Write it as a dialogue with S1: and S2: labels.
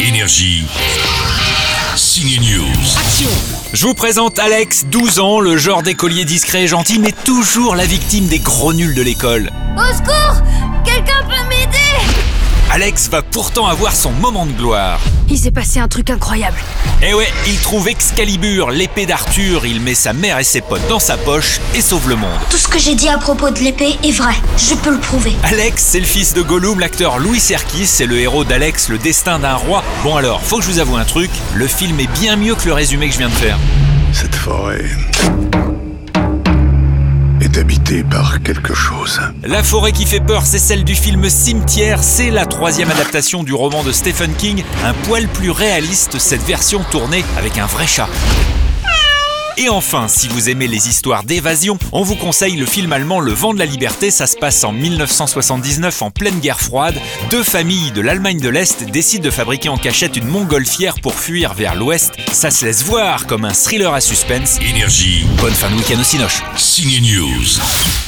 S1: Énergie. Signe News.
S2: Je vous présente Alex, 12 ans, le genre d'écolier discret et gentil, mais toujours la victime des gros nuls de l'école.
S3: Au secours Quelqu'un peut m'aider
S2: Alex va pourtant avoir son moment de gloire.
S3: Il s'est passé un truc incroyable.
S2: Eh ouais, il trouve Excalibur, l'épée d'Arthur, il met sa mère et ses potes dans sa poche et sauve le monde.
S4: Tout ce que j'ai dit à propos de l'épée est vrai, je peux le prouver.
S2: Alex, c'est le fils de Gollum, l'acteur Louis Serkis, c'est le héros d'Alex, le destin d'un roi. Bon alors, faut que je vous avoue un truc, le film est bien mieux que le résumé que je viens de faire.
S5: Cette forêt est habitée par quelque chose.
S2: La forêt qui fait peur, c'est celle du film Cimetière. C'est la troisième adaptation du roman de Stephen King. Un poil plus réaliste, cette version tournée avec un vrai chat. Et enfin, si vous aimez les histoires d'évasion, on vous conseille le film allemand Le vent de la liberté. Ça se passe en 1979, en pleine guerre froide. Deux familles de l'Allemagne de l'Est décident de fabriquer en cachette une montgolfière pour fuir vers l'Ouest. Ça se laisse voir comme un thriller à suspense.
S1: Énergie.
S2: Bonne fin de week-end au Cinoche.
S1: Signe News.